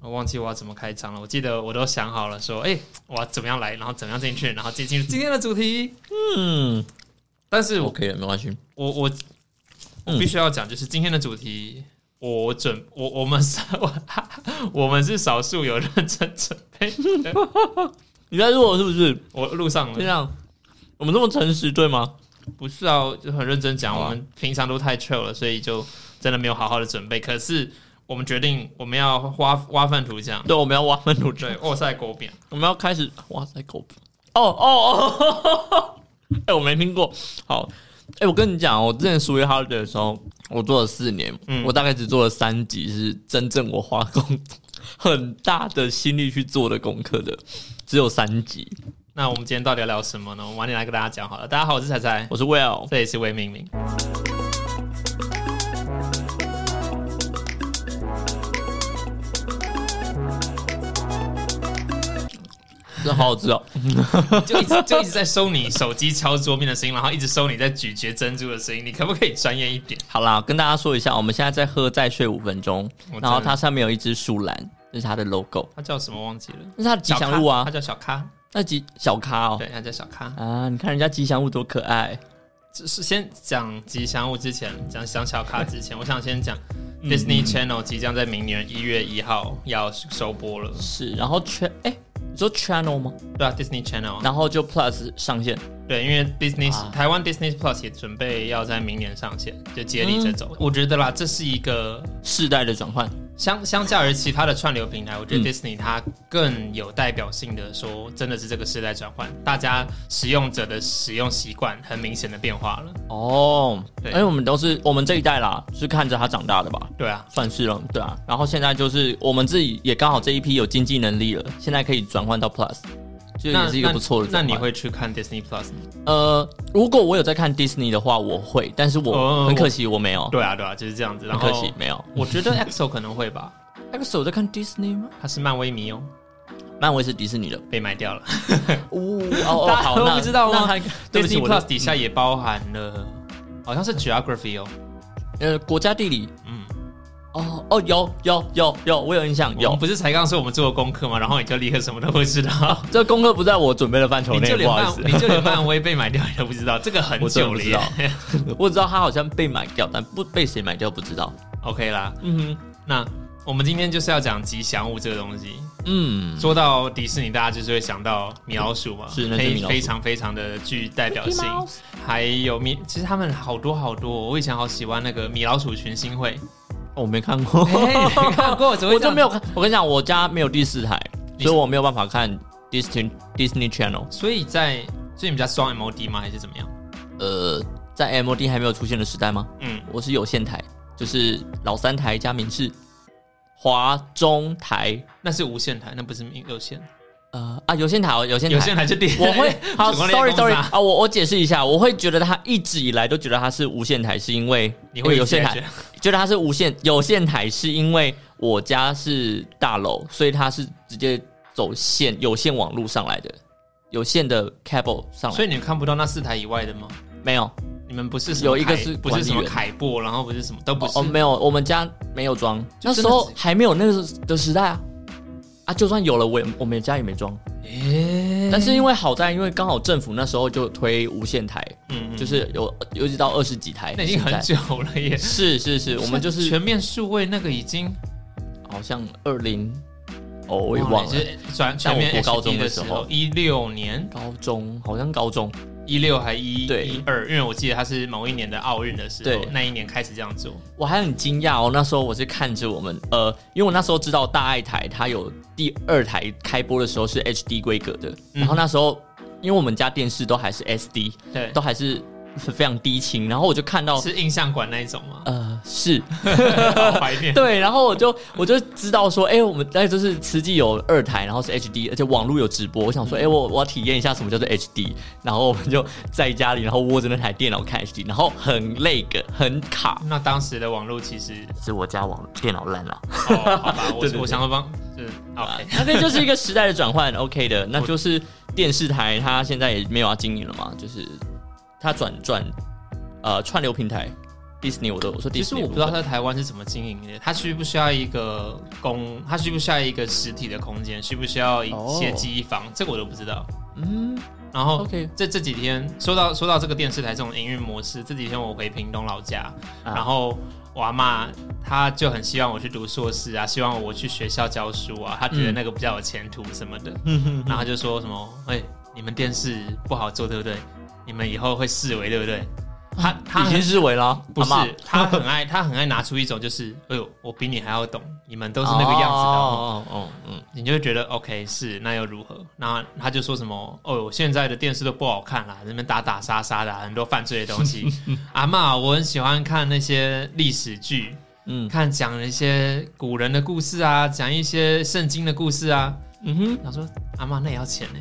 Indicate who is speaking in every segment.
Speaker 1: 我忘记我要怎么开场了。我记得我都想好了，说，哎、我要怎么样来，然后怎么样进去，然后进进入今天的主题。
Speaker 2: 嗯
Speaker 1: 但是我
Speaker 2: ，OK 了，没关系。
Speaker 1: 我我
Speaker 2: 嗯
Speaker 1: 我必须要讲，就是今天的主题，我准我我们是， 我们是少数有认真准备 的。
Speaker 2: 你在录我是不是？
Speaker 1: 我录上
Speaker 2: 这
Speaker 1: 了，
Speaker 2: 样，我们这么诚实，对吗？
Speaker 1: 不是啊，就很认真讲。
Speaker 2: 好啊
Speaker 1: 我们平常都太 chill 了，所以就真的没有好好的准备。可是我们决定，我们要挖挖粪图讲，
Speaker 2: 对，我们要挖粪土
Speaker 1: 对，
Speaker 2: 对，
Speaker 1: 沃塞狗饼。
Speaker 2: 我们要开始。哇塞，狗！哦哦哦！ 哎、我没听过。好，哎、我跟你讲，我之前属于 holiday 的时候，我做了四年，
Speaker 1: 嗯
Speaker 2: 我大概只做了三集，是真正我花工很大的心力去做的功课的，只有三集。
Speaker 1: 那我们今天到底要聊什么呢？我晚点来跟大家讲好了。大家好，我是彩彩，
Speaker 2: 我是 Will，
Speaker 1: 这里是魏明明。
Speaker 2: 真的好好吃哦。
Speaker 1: 就一直就一直在收你手机敲桌面的声音，然后一直收你在咀嚼珍珠的声音，你可不可以专业一点？
Speaker 2: 好啦，跟大家说一下，我们现在在喝再睡五分钟
Speaker 1: 我，
Speaker 2: 然后
Speaker 1: 真的
Speaker 2: 它上面有一只树兰，这是它的 logo，
Speaker 1: 他叫什么忘记了？
Speaker 2: 那是它的吉祥物
Speaker 1: 他
Speaker 2: 啊，
Speaker 1: 叫小咖，
Speaker 2: 那吉小咖哦
Speaker 1: 对，他叫小咖。
Speaker 2: 啊，你看人家吉祥物多可爱，
Speaker 1: 只是先讲吉祥物之前，讲讲小咖之 前，我想先讲
Speaker 2: 嗯
Speaker 1: Disney Channel 即将在明年一月一号要收播了，
Speaker 2: 是，然后全哎、你说 channel 吗？
Speaker 1: 对啊，Disney Channel，
Speaker 2: 然后就 plus 上线，
Speaker 1: 对，因为 Disney、
Speaker 2: 啊
Speaker 1: 台湾 Disney Plus 也准备要在明年上线，就接
Speaker 2: 嗯
Speaker 1: 力着走。我觉得啦，这是一个
Speaker 2: 世代的转换，
Speaker 1: 相相较于其他的串流平台，我觉得
Speaker 2: 嗯
Speaker 1: Disney 它更有代表性的说，真的是这个时代转换，大家使用者的使用习惯很明显的变化了。
Speaker 2: 哦，
Speaker 1: 对
Speaker 2: 因为我们都是我们这一代啦，是看着它长大的吧，
Speaker 1: 对啊，
Speaker 2: 算是了，对啊，然后现在就是我们自己也刚好这一批有经济能力了，现在可以转换到 plus，这
Speaker 1: 那
Speaker 2: 也是一个不错的
Speaker 1: 那。
Speaker 2: 转
Speaker 1: 那你
Speaker 2: 换。
Speaker 1: 会去看 Disney Plus？吗
Speaker 2: 呃，如果我有在看 Disney 的话，我会，但是我、
Speaker 1: 哦
Speaker 2: 很可惜我没有，
Speaker 1: 对啊，对啊，就是这样子。然
Speaker 2: 很
Speaker 1: 后
Speaker 2: 可惜，没有。
Speaker 1: 我觉得 EXO 可能会吧，
Speaker 2: 那个时候我在看 Disney 吗？
Speaker 1: 他是漫威迷哦，
Speaker 2: 漫威是迪士尼的。
Speaker 1: 被卖掉了。
Speaker 2: 哦哦
Speaker 1: 大家
Speaker 2: 好，
Speaker 1: 都
Speaker 2: 那
Speaker 1: 不知道吗
Speaker 2: 那还 对不起
Speaker 1: Disney
Speaker 2: 我的嗯
Speaker 1: Plus 底下也包含了，好像是 Geography 哦，
Speaker 2: 呃国家地理。
Speaker 1: 嗯，
Speaker 2: 哦哦，有有有有，我有印象，
Speaker 1: 我们
Speaker 2: 有。
Speaker 1: 不是才刚说我们做功课吗？然后你就立刻什么都不知 道。
Speaker 2: 这功课不在我准备的范畴
Speaker 1: 你就
Speaker 2: 内，
Speaker 1: 连
Speaker 2: 不好意
Speaker 1: 漫，
Speaker 2: 思，
Speaker 1: 你就连漫威被买掉你都不知道，这个很
Speaker 2: 我真的
Speaker 1: 久
Speaker 2: 不
Speaker 1: 了
Speaker 2: 知
Speaker 1: 耶
Speaker 2: 道。我只知道它好像被买掉，但不被谁买掉不知道。
Speaker 1: OK 啦，
Speaker 2: 嗯哼，
Speaker 1: 那我们今天就是要讲吉祥物这个东西。
Speaker 2: 嗯，
Speaker 1: 说到迪士尼，大家就是会想到米老鼠嘛，
Speaker 2: 是那只
Speaker 1: 非
Speaker 2: 米老鼠
Speaker 1: 非常非常的具代表性
Speaker 2: Mickey。Mouse
Speaker 1: 还有米，其实他们好多好多，我以前好喜欢那个米老鼠群星会，
Speaker 2: 哦我没看过，
Speaker 1: 哎没看过，怎么
Speaker 2: 我就没
Speaker 1: 有？
Speaker 2: 有看。我跟你讲，我家没有第四台，
Speaker 1: 你
Speaker 2: 所以我没有办法看 Disney Disney Channel。
Speaker 1: 所以在，所以你们家双 MOD 吗？还是怎么样？
Speaker 2: 呃，在 MOD 还没有出现的时代吗？
Speaker 1: 嗯，
Speaker 2: 我是有线台，就是老三台加明视、华中台，
Speaker 1: 那是无线台，那不是有线，
Speaker 2: 呃啊，有线台哦，有线台。
Speaker 1: 有线台就电。
Speaker 2: 我 会好
Speaker 1: 手工练
Speaker 2: ，sorry
Speaker 1: 功
Speaker 2: sorry
Speaker 1: 啥
Speaker 2: 啊，我我解释一下，我会觉得它一直以来都觉得它是无线台，是因为
Speaker 1: 你会
Speaker 2: 有
Speaker 1: 一
Speaker 2: 线
Speaker 1: 直
Speaker 2: 台
Speaker 1: 觉，得
Speaker 2: 觉得它是无线有线台，是因为我家是大楼，所以它是直接走线有线网络上来的，有线的 cable 上来
Speaker 1: 所，以你们看不到那四台以外的吗？
Speaker 2: 没有
Speaker 1: 你们不是什么
Speaker 2: 有一个
Speaker 1: 凯
Speaker 2: 是
Speaker 1: 不是什么
Speaker 2: 管理员
Speaker 1: 凯擘，然后不是什么都不
Speaker 2: 哦
Speaker 1: 是。
Speaker 2: 哦，没有，我们家没有装，
Speaker 1: 就
Speaker 2: 那
Speaker 1: 真的
Speaker 2: 时候
Speaker 1: 是
Speaker 2: 还没有那个的时代啊。啊，就算有了，我也我们家也没装。
Speaker 1: 诶
Speaker 2: 但是因为好在，因为刚好政府那时候就推无线台，
Speaker 1: 嗯，嗯
Speaker 2: 就是有尤其到二十几台，
Speaker 1: 那已经
Speaker 2: 现
Speaker 1: 很
Speaker 2: 在
Speaker 1: 久了耶。
Speaker 2: 是是是，我们就
Speaker 1: 全
Speaker 2: 是
Speaker 1: 面数位那个已经
Speaker 2: 好像二零，哦，我也忘了
Speaker 1: 就，是转全面
Speaker 2: 但我国高中
Speaker 1: HD 的
Speaker 2: 的
Speaker 1: 时
Speaker 2: 时候
Speaker 1: 候，一六年、
Speaker 2: 高中好像高中，
Speaker 1: 一六还一
Speaker 2: 对
Speaker 1: 一二，因为我记得它是某一年的奥运的时候
Speaker 2: 对，
Speaker 1: 那一年开始这样做。
Speaker 2: 我还很惊讶哦。那时候我是看着我们，呃，因为我那时候知道大爱台它有第二台开播的时候是 HD 规格的，然后那时候因为我们家电视都还是 SD，
Speaker 1: 对，
Speaker 2: 都还是 非常低清，然后我就看到，？
Speaker 1: 是印象馆那一种吗
Speaker 2: 呃，是
Speaker 1: 好怀念。
Speaker 2: 对，然后我就我就知道说，哎、我们哎，就是慈济有二台，然后是 HD，而且网络有直播。我想说，哎、我我要体验一下什么叫做 HD。然后我们就在家里，然后窝着那台电脑看 HD，然后很累个，很卡。
Speaker 1: 那当时的网络其实，
Speaker 2: 是我家网电脑烂了，
Speaker 1: 哦 好吧，我
Speaker 2: 对对对啊
Speaker 1: 我想要帮，就是 OK，
Speaker 2: 那这就是一个时代的转换，OK 的。那就是电视台，它现在也没有要经营了嘛，就是它转转呃串流平台， Disney，我都我说 Disney，
Speaker 1: 其实我不知道他在台湾是怎么经营的，他需不需要一个公，他需不需要一个实体的空间，需不需要一
Speaker 2: 哦
Speaker 1: 些记忆房，这个我都不知道。
Speaker 2: 嗯
Speaker 1: 然后
Speaker 2: OK
Speaker 1: 这这几天说到说到这个电视台这种营运模式，这几天我回屏东老家，
Speaker 2: 啊
Speaker 1: 然后我阿妈她就很希望我去读硕士啊，希望我去学校教书啊，她觉
Speaker 2: 嗯
Speaker 1: 得那个比较有前途什么的，然后她就说什么，哎、你们电视不好做对不对？你们以后会视为对不对？她她
Speaker 2: 已经
Speaker 1: 很
Speaker 2: 是为了
Speaker 1: 不是
Speaker 2: 阿嬷，
Speaker 1: 她很爱她很爱拿出一种就是，哎呦，我比你还要懂，你们都是那个样子的哦
Speaker 2: 哦哦哦嗯
Speaker 1: 你就会觉得 OK 是那又如何？那他就说什么哦，我现在的电视都不好看啦，那边打打杀杀的啊、很多犯罪的东 西。阿嬷，我很喜欢看那些历史剧，
Speaker 2: 嗯
Speaker 1: 看讲一些古人的故事啊，讲一些圣经的故事啊。
Speaker 2: 嗯哼，
Speaker 1: 他说阿嬷那也要钱呢、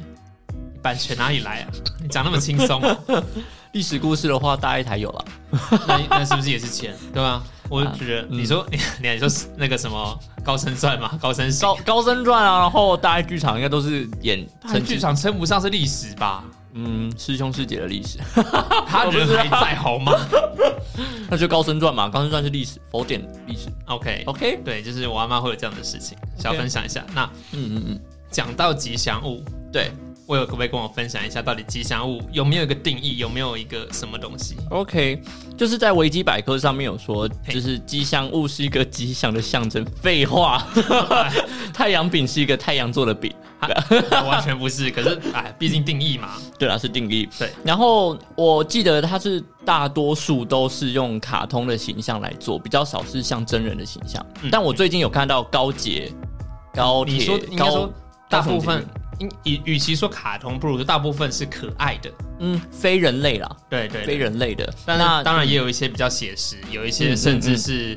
Speaker 1: 版权哪里来啊？你讲那么轻 松、
Speaker 2: 历史故事的话，大一台有了，
Speaker 1: 那那是不是也是钱？对吧？我就觉得
Speaker 2: 嗯
Speaker 1: 你说 你你说是那个什么高升传嘛，高升
Speaker 2: 高
Speaker 1: 高
Speaker 2: 高僧传啊，然后大一剧场应该都是演成
Speaker 1: 剧，场称不上是历史吧？
Speaker 2: 嗯，师兄师姐的历史，
Speaker 1: 他
Speaker 2: 我不知
Speaker 1: 人
Speaker 2: 道
Speaker 1: 还在好吗？嗯
Speaker 2: 那就高僧传嘛，高僧传是历史，佛典历史
Speaker 1: OK，
Speaker 2: ，OK，
Speaker 1: 对，就是我阿妈会有这样的事情，小
Speaker 2: OK
Speaker 1: 分享一下。那
Speaker 2: 嗯嗯嗯，
Speaker 1: 讲到吉祥物，
Speaker 2: 对
Speaker 1: 我有可不可以跟我分享一下，到底吉祥物有没有一个定义，有没有一个什么东西？
Speaker 2: ，OK，就是在维基百科上面有说，
Speaker 1: 嘿
Speaker 2: 就是吉祥物是一个吉祥的象征，废话， 太阳饼是一个太阳做的饼，
Speaker 1: 我完全不是，可是哎，毕竟定义嘛，
Speaker 2: 对啦，是定义。
Speaker 1: 对，
Speaker 2: 然后我记得它是大多数都是用卡通的形象来做，比较少是像真人的形象。
Speaker 1: 嗯
Speaker 2: 但我最近有看到高捷、高铁、
Speaker 1: 你说应该
Speaker 2: 高
Speaker 1: 说大
Speaker 2: 高雄
Speaker 1: 部分
Speaker 2: 捷运，
Speaker 1: 应与与其说卡通，不如说大部分是可爱的，
Speaker 2: 嗯，非人类啦，
Speaker 1: 对对
Speaker 2: 非
Speaker 1: 对。
Speaker 2: 人类的。
Speaker 1: 但
Speaker 2: 那
Speaker 1: 是当然也有一些比较写实，有一
Speaker 2: 嗯
Speaker 1: 些
Speaker 2: 嗯
Speaker 1: 甚
Speaker 2: 嗯
Speaker 1: 至是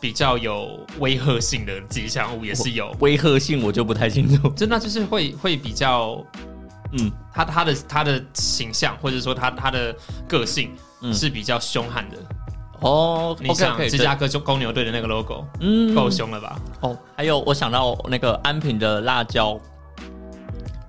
Speaker 1: 比较有威吓性的吉祥物也是有，
Speaker 2: 威吓性我就不太清楚。
Speaker 1: 真的就是会会比较
Speaker 2: 嗯，
Speaker 1: 他他的他的形象，或者说他他的个性
Speaker 2: 嗯
Speaker 1: 是比较凶悍的。
Speaker 2: 哦
Speaker 1: 你
Speaker 2: ，OK
Speaker 1: 想
Speaker 2: OK，
Speaker 1: 芝加哥公牛队的那个 logo
Speaker 2: 嗯
Speaker 1: 够凶了吧？
Speaker 2: 哦，还有我想到那个安平的辣椒，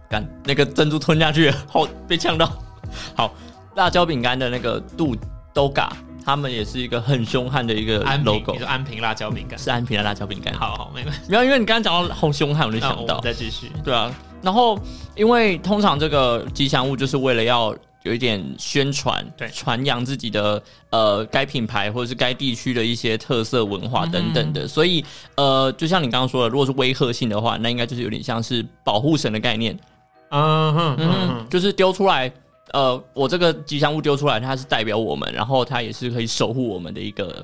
Speaker 2: 干那个珍珠吞下去，好被呛到。 好，辣椒饼干的那个杜都嘎，他们也是一个很凶悍的一个
Speaker 1: 安平
Speaker 2: 呃 logo，
Speaker 1: 你说安平辣椒饼干。
Speaker 2: 是安平的辣椒饼干。，
Speaker 1: 好好，没关系。
Speaker 2: 没有，因为你刚刚讲到好凶悍，我就
Speaker 1: 那
Speaker 2: 想
Speaker 1: 我
Speaker 2: 到
Speaker 1: 们，再继续。
Speaker 2: 对啊。然后因为通常这个吉祥物就是为了要。有一点宣传，
Speaker 1: 对
Speaker 2: 传扬自己的呃该品牌或者是该地区的一些特色文化等等的，所以呃，就像你刚刚说的，如果是威吓性的话，那应该就是有点像是保护神的概念，
Speaker 1: 嗯哼嗯
Speaker 2: 嗯
Speaker 1: 哼，，
Speaker 2: 就是丢出来，呃，我这个吉祥物丢出来，它是代表我们，然后它也是可以守护我们的一个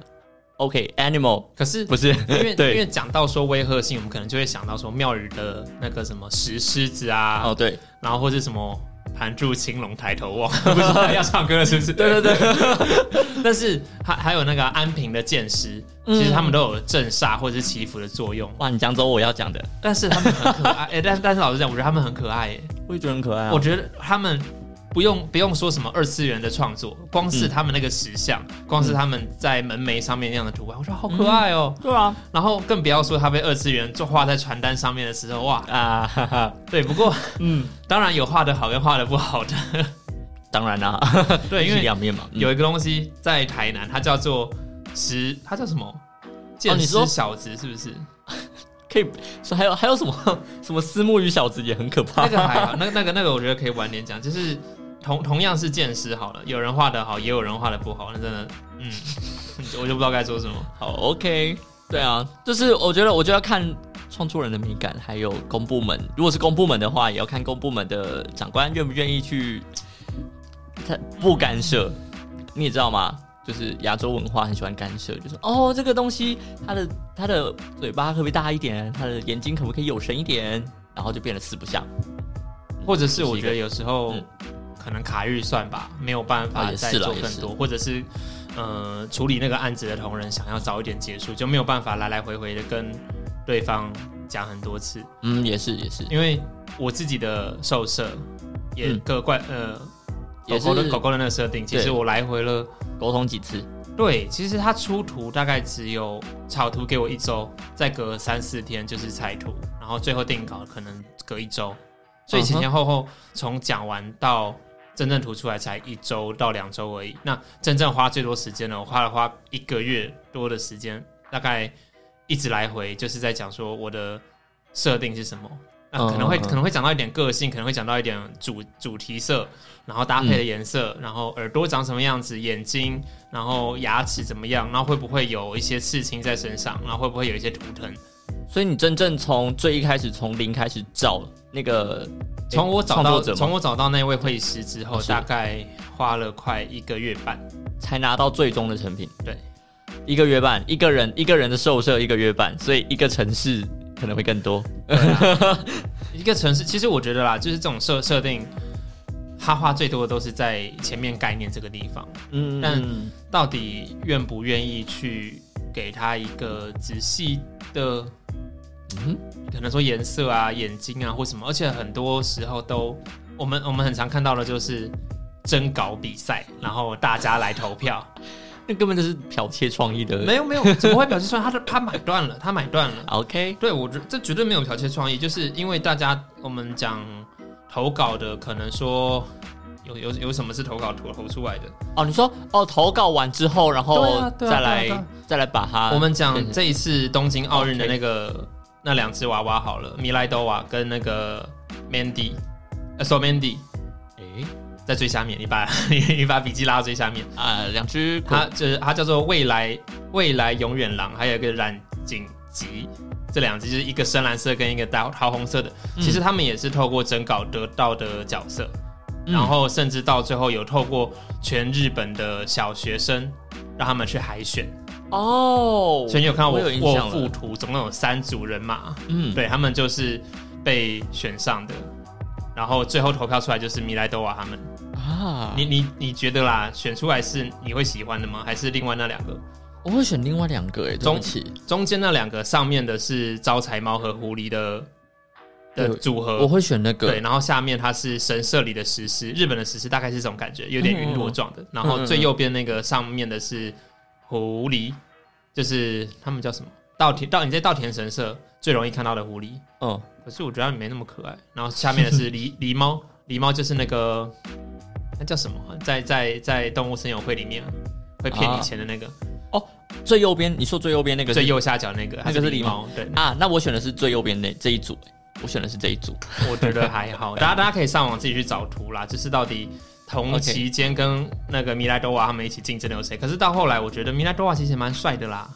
Speaker 2: OK animal，
Speaker 1: 可是
Speaker 2: 不是？
Speaker 1: 因为因
Speaker 2: 对
Speaker 1: 为讲到说威吓性，我们可能就会想到说庙宇的那个什么石狮子啊
Speaker 2: 哦，，对，
Speaker 1: 然后或是什么盘柱青龙抬头望， 不是要唱歌了是不是？
Speaker 2: 对对对，
Speaker 1: 但是还还有那个安平的剑师，
Speaker 2: 嗯
Speaker 1: 其实他们都有镇煞或者是祈福的作用。
Speaker 2: 哇，你讲走我要讲的，
Speaker 1: 但是他们很可爱，哎、 但但是老实讲，我觉得他们很可爱耶、
Speaker 2: 我也觉得很可爱啊
Speaker 1: 我，觉得他们不用不用说什么二次元的创作，光是
Speaker 2: 嗯
Speaker 1: 他们那个石像，光是他们在门楣上面那样的图案，我
Speaker 2: 嗯
Speaker 1: 觉得好可爱哦、
Speaker 2: 对啊，
Speaker 1: 然后更不要说他被二次元就画在传单上面的时候，哇，
Speaker 2: 啊，哈哈，
Speaker 1: 对。不过
Speaker 2: 嗯，
Speaker 1: 当然有画的好跟画的不好 的，
Speaker 2: 当然啦、
Speaker 1: 对，因
Speaker 2: 一体
Speaker 1: 为
Speaker 2: 两面嘛，嗯
Speaker 1: 有一个东西在台南，它叫做石，它叫什么？剑
Speaker 2: 哦你
Speaker 1: 师
Speaker 2: 说
Speaker 1: 小子是不 是？
Speaker 2: 可以说还有还有什么 什么私募鱼小子也很可怕，
Speaker 1: 那个还好，那那个那个，我觉得可以晚点讲。就是同同样是剑师好了，有人画的好，也有人画的不好，那真的，嗯， 我就不知道该说什么。
Speaker 2: 好，OK，对啊，就是我觉得，我就要看创作人的敏感，还有公部门。如果是公部门的话，也要看公部门的长官愿不愿意去，他不干涉。你也知道吗？就是亚洲文化很喜欢干涉，就是哦，这个东西它的它的嘴巴可不可以大一点，它的眼睛可不可以有神一点，然后就变得四不像。
Speaker 1: 或者是我觉得有时候
Speaker 2: 嗯
Speaker 1: 可能卡预算吧，没有办
Speaker 2: 啊
Speaker 1: 法
Speaker 2: 也
Speaker 1: 再
Speaker 2: 是啦
Speaker 1: 做
Speaker 2: 也
Speaker 1: 更
Speaker 2: 是
Speaker 1: 多，或者是呃处理那个案子的同仁想要早一点结束，就没有办法来来回回的跟对方讲很多次。
Speaker 2: 嗯，也是也是，
Speaker 1: 因为我自己的兽舍也
Speaker 2: 嗯
Speaker 1: 各怪、呃。
Speaker 2: 也
Speaker 1: 狗
Speaker 2: 是
Speaker 1: 狗的狗狗的那个设定，其实
Speaker 2: 对
Speaker 1: 我来回了
Speaker 2: 沟通几次，
Speaker 1: 对，其实它出图大概只有草图给我一周，再隔三四天就是彩图，
Speaker 2: 嗯
Speaker 1: 然后最后定稿可能隔一周，所以前前后后从讲完到真正吐出来才一周到两周而已。那真正花最多时间呢，我花了花一个月多的时间，大概一直来回，就是在讲说我的设定是什么。那可能会、
Speaker 2: 嗯嗯嗯
Speaker 1: 可能会讲到一点个性，可能会讲到一点主主题色，然后搭配的颜色，
Speaker 2: 嗯
Speaker 1: 然后耳朵长什么样子，眼睛，然后牙齿怎么样，然后会不会有一些刺青在身上，然后会不会有一些图腾。
Speaker 2: 嗯所以你真正从最一开始从零开始找那个
Speaker 1: 从我找
Speaker 2: 创
Speaker 1: 到
Speaker 2: 作者吗
Speaker 1: 从我找到那位会师之后，
Speaker 2: 是
Speaker 1: 大概花了快一个月半。
Speaker 2: 才拿到最终的成品，
Speaker 1: 对，
Speaker 2: 一个月半，一个人一个人的兽舍一个月半，所以一个城市可能会更多。
Speaker 1: 一个城市，其实我觉得啦，就是这种设设定，他花最多的都是在前面概念这个地方，
Speaker 2: 嗯
Speaker 1: 但到底愿不愿意去给他一个仔细的，可能说颜色啊、眼睛啊或什么，而且很多时候都，我们我们很常看到的就是征稿比赛，然后大家来投票，
Speaker 2: 那根本就是剽窃创意的。
Speaker 1: 没有没有，怎么会表示出来？他的他买断了，他买断了。
Speaker 2: OK，
Speaker 1: 对，我觉这绝对没有剽窃创意，就是因为大家我们讲投稿的，可能说有有有什么是投稿投投出来的？
Speaker 2: 哦，你说哦，投稿完之后，然
Speaker 1: 对
Speaker 2: 后
Speaker 1: 啊对啊对
Speaker 2: 再
Speaker 1: 啊对
Speaker 2: 来
Speaker 1: 啊
Speaker 2: 再来把它，
Speaker 1: 我们讲
Speaker 2: 嗯
Speaker 1: 这一次东京奥运的那个那两只娃娃好了，米莱多娃跟那个 Mandy，呃，So Mandy
Speaker 2: 诶
Speaker 1: 在最下面，你把 你你把笔记拉到最下面，
Speaker 2: 啊两只狗
Speaker 1: 它就是它叫做未来未来永远狼，还有一个染井吉。这两只就是一个深蓝色跟一个桃桃红色的，其实他们也是透过征稿得到的角色。
Speaker 2: 嗯
Speaker 1: 然后甚至到最后有透过全日本的小学生让他们去海选，
Speaker 2: 哦，
Speaker 1: 所以你有看到我
Speaker 2: 有印
Speaker 1: 我
Speaker 2: 象
Speaker 1: 附
Speaker 2: 了，
Speaker 1: 图，总共有三组人马，
Speaker 2: 嗯，
Speaker 1: 对他们就是被选上的，然后最后投票出来就是米莱多瓦他们。
Speaker 2: 啊，
Speaker 1: 你你你觉得啦，选出来是你会喜欢的吗？还是另外那两个？
Speaker 2: 我会选另外两个诶，
Speaker 1: 中
Speaker 2: 中期
Speaker 1: 中间那两个上面的是招财猫和狐狸的的
Speaker 2: 对
Speaker 1: 组合，
Speaker 2: 我会选那
Speaker 1: 呃对，
Speaker 2: 个，
Speaker 1: 然后下面它是神社里的石狮，日本的石狮大概是这种感觉，有点
Speaker 2: 嗯
Speaker 1: 云朵状的。然后最右边那个上面的是狐狸，就是他们叫什么？稻田稻你在稻田神社最容易看到的狐狸，
Speaker 2: 嗯，
Speaker 1: 可是我觉得它没那么可爱。然后下面的是狸狸猫， 狸猫就是那个那叫什么啊？在在在动物森友会里面会骗你
Speaker 2: 啊
Speaker 1: 钱的那个，
Speaker 2: 最右边，你说最右边那个是
Speaker 1: 最右下角那个，它
Speaker 2: 那个是
Speaker 1: 狸
Speaker 2: 狸猫
Speaker 1: 猫。对，
Speaker 2: 啊，那我选的是最右边那这一组诶，我选的是这一组，
Speaker 1: 我觉得还 好，大家大家可以上网自己去找图啦，就是到底同
Speaker 2: OK
Speaker 1: 期间跟那个米莱多瓦他们一起竞争的有谁？可是到后来，我觉得米莱多瓦其实蛮帅的 啦，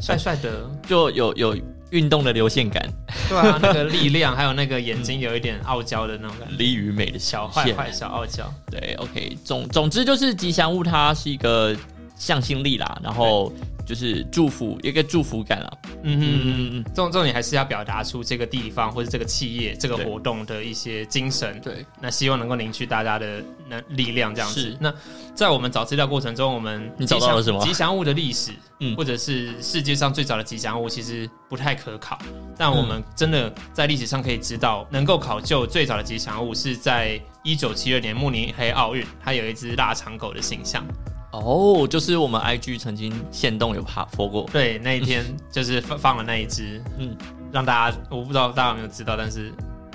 Speaker 1: 帅帅的，
Speaker 2: 就有有运动的流线感，
Speaker 1: 对啊，那个力量，还有那个眼睛有一点傲娇的那种感觉，
Speaker 2: 李与美的
Speaker 1: 小
Speaker 2: 小
Speaker 1: 坏坏小傲娇，
Speaker 2: 对，OK，总总之就是吉祥物它是一个向心力啦，然后就是祝福一个祝福感啦。
Speaker 1: 嗯哼嗯
Speaker 2: 嗯嗯，
Speaker 1: 哼，重重点还是要表达出这个地方或者这个企业这个
Speaker 2: 对
Speaker 1: 活动的一些精神，
Speaker 2: 对，
Speaker 1: 那希望能够凝聚大家的能力量这样子
Speaker 2: 是。
Speaker 1: 那在我们找资料过程中，我们
Speaker 2: 你找到了
Speaker 1: 吉祥
Speaker 2: 什么
Speaker 1: 吉祥物的历史，
Speaker 2: 嗯
Speaker 1: 或者是世界上最早的吉祥物，其实不太可考。但
Speaker 2: 嗯
Speaker 1: 我们真的在历史上可以知道，能够考究最早的吉祥物是在一九七二年慕尼黑奥运，它有一只腊肠狗的形象。
Speaker 2: 哦，就是我们 IG 曾经限动有爬播过，
Speaker 1: 对，那一 天就是放放了那一只，嗯
Speaker 2: 嗯，
Speaker 1: 让大家我不知道大家有没有知道，但是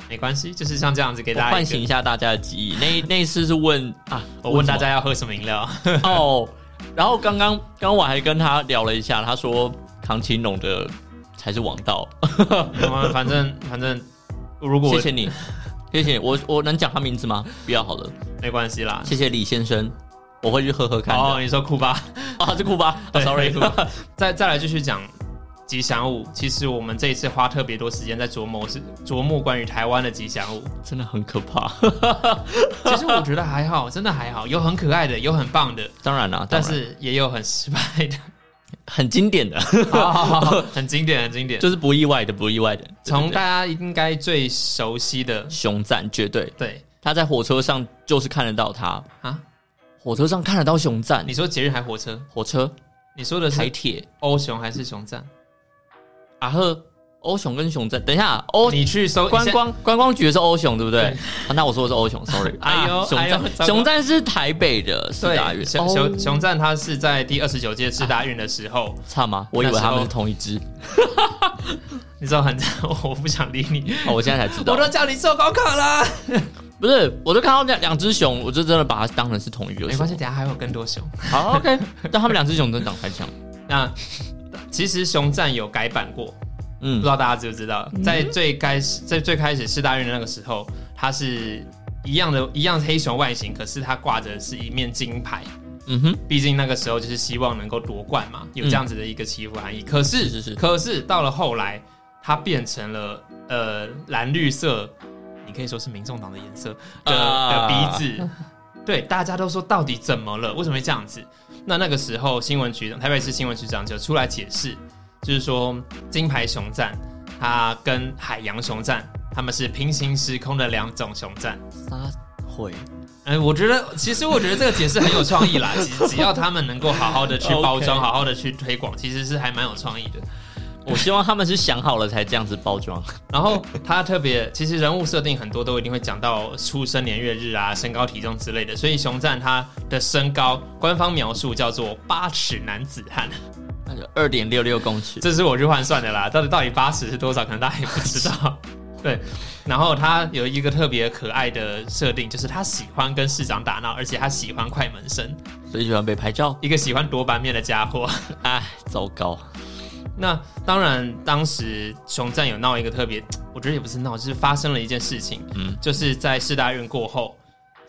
Speaker 1: 没关系，就是像这样子给
Speaker 2: 我
Speaker 1: 大家
Speaker 2: 唤
Speaker 1: 一个
Speaker 2: 醒一下大家的记忆。那那一次是问啊，
Speaker 1: 我问大
Speaker 2: 什
Speaker 1: 家要喝什么饮料。
Speaker 2: 么哦，然后刚刚刚刚我还跟他聊了一下，他说扛青龙的才是王道，
Speaker 1: 我反正反正，如 果我
Speaker 2: 谢谢你。谢谢你我，我能讲他名字吗？不要好了，
Speaker 1: 没关系啦。
Speaker 2: 谢谢李先生，我会去喝喝看的。
Speaker 1: 呃哦，
Speaker 2: 哦，
Speaker 1: 你说库巴，
Speaker 2: 啊，这库巴、啊、
Speaker 1: 对
Speaker 2: ，sorry，
Speaker 1: 库巴再再来继续讲吉祥物。其实我们这一次花特别多时间在琢磨是琢磨关于台湾的吉 祥物。
Speaker 2: 真的很可怕。
Speaker 1: 其实我觉得还好，真的还好，有很可爱的，有很棒的，
Speaker 2: 当然啦，
Speaker 1: 但
Speaker 2: 当然
Speaker 1: 是也有很失败的。
Speaker 2: 很经典的，
Speaker 1: 好好好好，很经典，很经典。
Speaker 2: 就是不意外的，不意外的。
Speaker 1: 从
Speaker 2: 对对
Speaker 1: 大家应该最熟悉的
Speaker 2: 对，熊赞绝对，
Speaker 1: 对
Speaker 2: 他在火车上就是看得到他，
Speaker 1: 啊，
Speaker 2: 火车上看得到熊赞
Speaker 1: 你，说捷运还火车，
Speaker 2: 火车、
Speaker 1: 你说的
Speaker 2: 台
Speaker 1: 是
Speaker 2: 铁、
Speaker 1: 欧熊还是熊站？
Speaker 2: 阿赫、欧熊跟熊赞。等一下，欧
Speaker 1: 你去搜
Speaker 2: 观
Speaker 1: 你先
Speaker 2: 光观光局的是欧熊，对不对
Speaker 1: 对？
Speaker 2: 啊那我说的是欧熊，sorry。
Speaker 1: 哎呦
Speaker 2: 啊熊
Speaker 1: 哎呦糟糕
Speaker 2: 赞，熊赞是台北的四大
Speaker 1: 对，
Speaker 2: 运，
Speaker 1: 熊
Speaker 2: 哦
Speaker 1: 熊熊赞他是在第二十九届四大运的时候，
Speaker 2: 差吗？我以为
Speaker 1: 那时候
Speaker 2: 他们是同一只，
Speaker 1: 你知道很，我不想理你，
Speaker 2: 哦，我现在才知道
Speaker 1: 我。都叫你做功课了。
Speaker 2: 不是，我就看到那两只熊，我就真的把它当成是同一个。
Speaker 1: 没关系，，等一下还有更多熊。
Speaker 2: 好 OK。但他们两只熊真的长得太像了。
Speaker 1: 那其实熊战有改版过，不
Speaker 2: 嗯
Speaker 1: 知道大家知不知道，在最开始在最开始四大运的那个时候，它是一样的，一样黑熊外形，可是它挂着是一面金牌。
Speaker 2: 嗯哼，
Speaker 1: 毕竟那个时候就是希望能够夺冠嘛，有这样子的一个祈福含义。可是，
Speaker 2: 嗯是是是
Speaker 1: 可是到了后来，它变成了呃蓝绿色，你可以说是民众党的颜色的、的
Speaker 2: 啊
Speaker 1: 鼻子。 对，大家都说到底怎么了？为什么会这样子？那那个时候新闻局长，台北市新闻局长就出来解释，就是说金牌熊战它跟海洋熊战，它们是平行时空的两种熊战。
Speaker 2: 撒回
Speaker 1: 哎，我觉得，其实我觉得这个解释很有创意啦。只只要他们能够好好的去包
Speaker 2: OK
Speaker 1: 装，好好的去推广，其实是还蛮有创意的。
Speaker 2: 我希望他们是想好了才这样子包装。
Speaker 1: 然后他特别，其实人物设定很多都一定会讲到出生年月日啊、身高体重之类的，所以熊赞他的身高官方描述叫做八尺男子汉，
Speaker 2: 那就二点六六公尺。
Speaker 1: 这是我去换算的啦。到底到底八尺是多少，可能大家也不知道。对，然后他有一个特别可爱的设定，就是他喜欢跟市长打闹，而且他喜欢快门声，
Speaker 2: 所以喜欢被拍照。
Speaker 1: 一个喜欢夺版面的家伙。
Speaker 2: 哎，糟糕。
Speaker 1: 那当然，当时熊战有闹一个特别，我觉得也不是闹，就是发生了一件事情，
Speaker 2: 嗯
Speaker 1: 就是在世大运过后，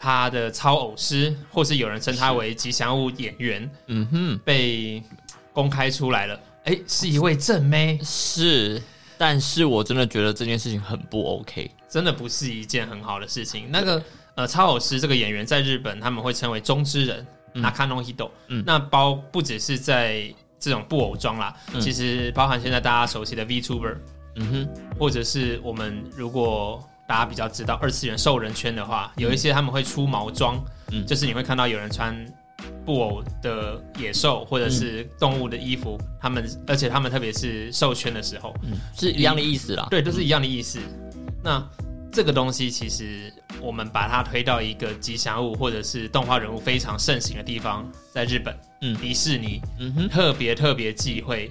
Speaker 1: 他的超偶师，或是有人称他为吉祥物演员，
Speaker 2: 嗯哼，
Speaker 1: 被公开出来了。哎，是一位正妹，
Speaker 2: 是。但是我真的觉得这件事情很不 OK。
Speaker 1: 真的不是一件很好的事情。那个呃，超偶师这个演员在日本他们会称为中之人
Speaker 2: 嗯
Speaker 1: （Nakano Hito），、
Speaker 2: 嗯
Speaker 1: 那包不只是在这种布偶装啦，
Speaker 2: 嗯
Speaker 1: 其实包含现在大家熟悉的 VTuber。
Speaker 2: 嗯哼，
Speaker 1: 或者是我们如果大家比较知道二次元兽人圈的话，有一些他们会出毛装，
Speaker 2: 嗯
Speaker 1: 就是你会看到有人穿布偶的野兽或者
Speaker 2: 嗯
Speaker 1: 是动物的衣服，他们而且他们特别是兽圈的时候，
Speaker 2: 嗯，是一样的意思啦。
Speaker 1: 对，都是一样的意思。那这个东西其实我们把它推到一个吉祥物或者是动画人物非常盛行的地方，在日本，
Speaker 2: 嗯
Speaker 1: 迪士尼
Speaker 2: 嗯哼，
Speaker 1: 特别特别忌讳，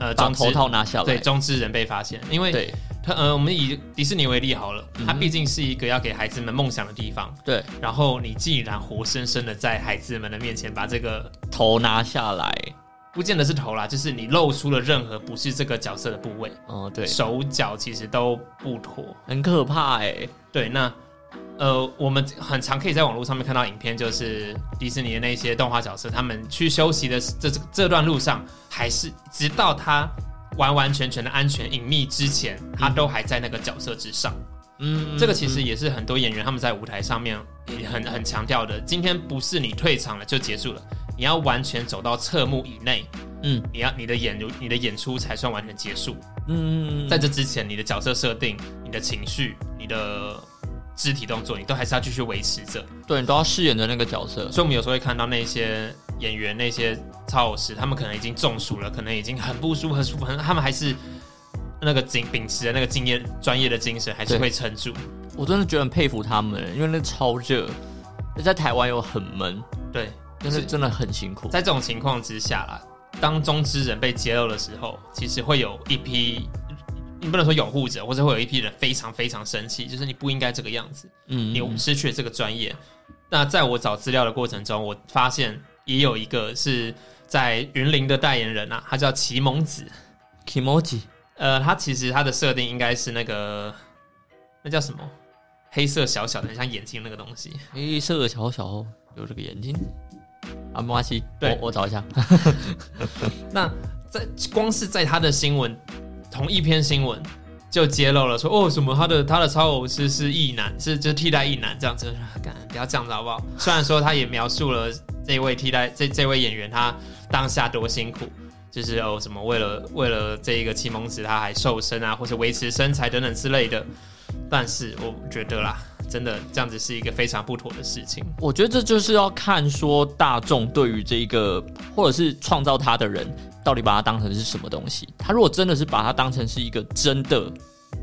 Speaker 1: 呃，
Speaker 2: 把
Speaker 1: 中
Speaker 2: 头
Speaker 1: 之
Speaker 2: 套拿下
Speaker 1: 对
Speaker 2: 来。
Speaker 1: 中之人被发现，因为
Speaker 2: 对
Speaker 1: 它呃，我们以迪士尼为例好了，它
Speaker 2: 嗯
Speaker 1: 毕竟是一个要给孩子们梦想的地方。
Speaker 2: 对，
Speaker 1: 然后你既然活生生的在孩子们的面前把这个，
Speaker 2: 头拿下来。
Speaker 1: 不见得是头啦，就是你露出了任何不是这个角色的部位，
Speaker 2: 哦，对，
Speaker 1: 手脚其实都不妥。
Speaker 2: 很可怕哎、
Speaker 1: 对，那呃，我们很常可以在网络上面看到影片，就是迪士尼的那些动画角色，他们去休息的这这这段路上，还是直到他完完全全的安全隐秘之前，他都还在那个角色之上。
Speaker 2: 嗯
Speaker 1: 这个其实也是很多演员他们在舞台上面也很很强调的。今天不是你退场了就结束了，你要完全走到侧幕以内，
Speaker 2: 嗯
Speaker 1: 你要你的演你的演出才算完全结束。
Speaker 2: 嗯，
Speaker 1: 在这之前，你的角色设定、你的情绪、你的肢体动作，你都还是要继续维持着。
Speaker 2: 对你都要饰演的那个角色，
Speaker 1: 所以，我们有时候会看到那些演员、那些操偶师，他们可能已经中暑了，可能已经很不舒服、很舒服，很他们还是那个秉秉持的那个敬业、专业的精神，还是
Speaker 2: 对
Speaker 1: 会撑住。
Speaker 2: 我真的觉得很佩服他们，欸因为那超热，在台湾又很闷，
Speaker 1: 对，
Speaker 2: 但是真的很辛苦。
Speaker 1: 在这种情况之下啦，当中之人被揭露的时候，其实会有一批，你不能说拥护者，或者会有一批人非常非常生气，就是你不应该这个样子，
Speaker 2: 嗯，
Speaker 1: 你失去了这个专业。那在我找资料的过程中，我发现也有一个是在云林的代言人啊，他叫齐蒙子，
Speaker 2: Kimoji
Speaker 1: 呃，他其实他的设定应该是那个那叫什么黑色小小的，很像眼睛那个东西，
Speaker 2: 黑色小小有这个眼睛，阿莫阿西，
Speaker 1: 对
Speaker 2: 我我找一下，
Speaker 1: 那在光是在他的新闻同一篇新闻就揭露了说，哦，什么他的他的超偶师是异男，是就是替代异男这样子，干不要这样子好不好？虽然说他也描述了这位替代这这位演员他当下多辛苦。就是哦，什么为了为了这一个启蒙子，他还瘦身啊，或者维持身材等等之类的。但是我觉得啦，真的这样子是一个非常不妥的事情。
Speaker 2: 我觉得这就是要看说大众对于这一个或者是创造它的人到底把它当成是什么东西。他如果真的是把它当成是一个真的，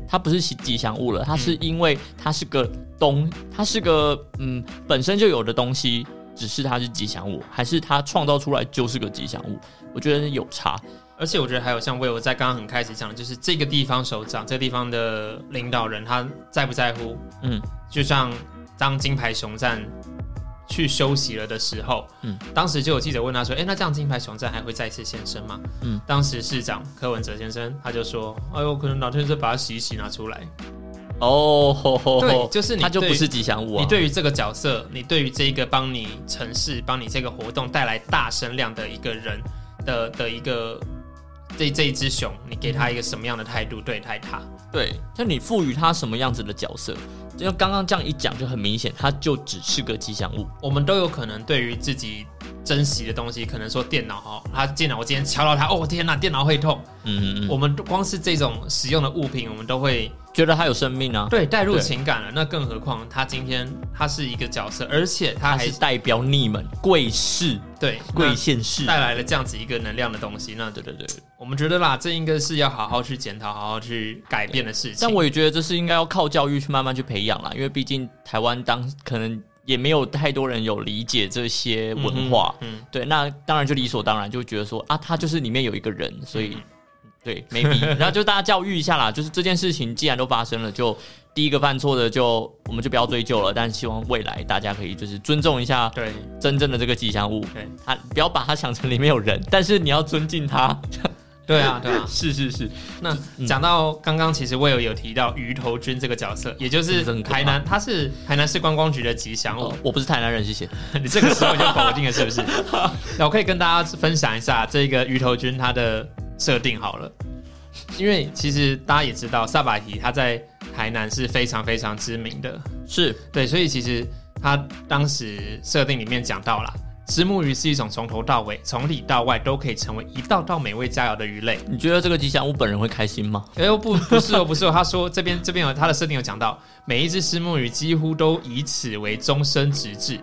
Speaker 2: 它不是吉吉祥物了，
Speaker 1: 嗯
Speaker 2: 它是因为它是个东，它是个嗯本身就有的东西，只是它是嗯吉祥物，还是它创造出来就是个吉祥物？我觉得有差。
Speaker 1: 而且我觉得还有像魏我在刚刚很开始讲的，就是这个地方首长、这个地方的领导人他在不在乎？
Speaker 2: 嗯，
Speaker 1: 就像当金牌熊战去休息了的时候，
Speaker 2: 嗯
Speaker 1: 嗯，当时就有记者问他说：“哎、那这样金牌熊战还会再次现身吗？”
Speaker 2: 嗯
Speaker 1: 嗯，当时市长柯文哲先生他就说：“哎呦，可能老天就把它洗一洗拿出来。
Speaker 2: 哦，吼吼
Speaker 1: 对，
Speaker 2: 吼
Speaker 1: 就是你
Speaker 2: 他就
Speaker 1: 对
Speaker 2: 不是吉祥物啊。
Speaker 1: 你对于这个角色，你对于这一个帮你城市、帮你这个活动带来大声量的一个人的的一个这这一只熊，你给他一个什么样的态度对待他？
Speaker 2: 对，就你赋予它什么样子的角色，就刚刚这样一讲就很明显，它就只是个吉祥物。
Speaker 1: 我们都有可能对于自己珍惜的东西，可能说电脑哈，它电脑我今天敲到它，哦天哪，电脑会痛。
Speaker 2: 嗯嗯
Speaker 1: 我们光是这种使用的物品，我们都会
Speaker 2: 觉得它有生命啊，
Speaker 1: 对带入
Speaker 2: 对
Speaker 1: 情感了。那更何况它今天它是一个角色，而且它
Speaker 2: 它
Speaker 1: 还
Speaker 2: 是代表你们贵市
Speaker 1: 对
Speaker 2: 贵县市。
Speaker 1: 带来了这样子一个能量的东西。那对对对，我们觉得啦，这应该是要好好去检讨、好好去改变的事情。
Speaker 2: 但我也觉得这是应该要靠教育去慢慢去培养啦，因为毕竟台湾当可能也没有太多人有理解这些文化。
Speaker 1: 嗯，嗯，
Speaker 2: 对，那当然就理所当然就觉得说啊，他就是里面有一个人，所
Speaker 1: 嗯
Speaker 2: 以、对，maybe，然 后就大家教育一下啦，就是这件事情既然都发生了，就第一个犯错的就我们就不要追究了，但希望未来大家可以就是尊重一下
Speaker 1: 对
Speaker 2: 真正的这个吉祥物，
Speaker 1: 对
Speaker 2: 啊，不要把它想成里面有人， 但是你要尊敬它。。
Speaker 1: 对啊，对啊
Speaker 2: 是是嗯是，
Speaker 1: 那讲到刚刚，其实我有有提到鱼头君这个角色，也就
Speaker 2: 嗯这很
Speaker 1: 是
Speaker 2: 可怕
Speaker 1: 台南，他是台南市观光局的吉祥 物
Speaker 2: 哦。我不是台南人，谢谢。
Speaker 1: 你这个时候你就否定了，是不 是？那我可以跟大家分享一下这个鱼头君它的设定好了，因为其实大家也知道，萨瓦提他在台南是非常非常知名的，
Speaker 2: 是
Speaker 1: 对，所以其实他当时设定里面讲到啦，石目鱼是一种从头到尾、从里到外都可以成为一道道美味佳肴的鱼类。
Speaker 2: 你觉得这个吉祥物本人会开心吗？
Speaker 1: 哎呦，不，不是哦，不是哦，他说这边这边有他的设定有讲到，每一只石目鱼几乎都以此为终身职志，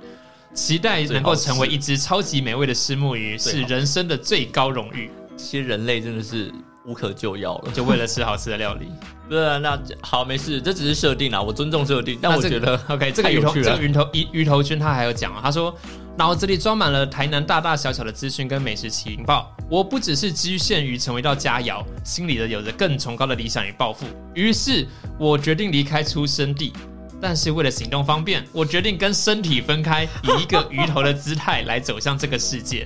Speaker 1: 期待能够成为一只超级美味的石目鱼
Speaker 2: 最好
Speaker 1: 是
Speaker 2: 吃
Speaker 1: 人生的最高荣誉。
Speaker 2: 这些人类真的是无可救药了。
Speaker 1: 就为了吃好吃的料理，
Speaker 2: 对啊，那好，没事，这只是设定啦，啊我尊重设定。但我
Speaker 1: 这
Speaker 2: 觉
Speaker 1: 个
Speaker 2: 得
Speaker 1: OK，这个
Speaker 2: 太有
Speaker 1: 鱼头
Speaker 2: 趣
Speaker 1: 这
Speaker 2: 了
Speaker 1: 个鱼头鱼鱼头君他还有讲、哦，他说脑子里装满了台南大大小小的资讯跟美食情报，我不只是局限于成为一道佳肴，心里的有着更崇高的理想与抱负。于是我决定离开出生地。但是为了行动方便，我决定跟身体分开，以一个鱼头的姿态来走向这个世 界。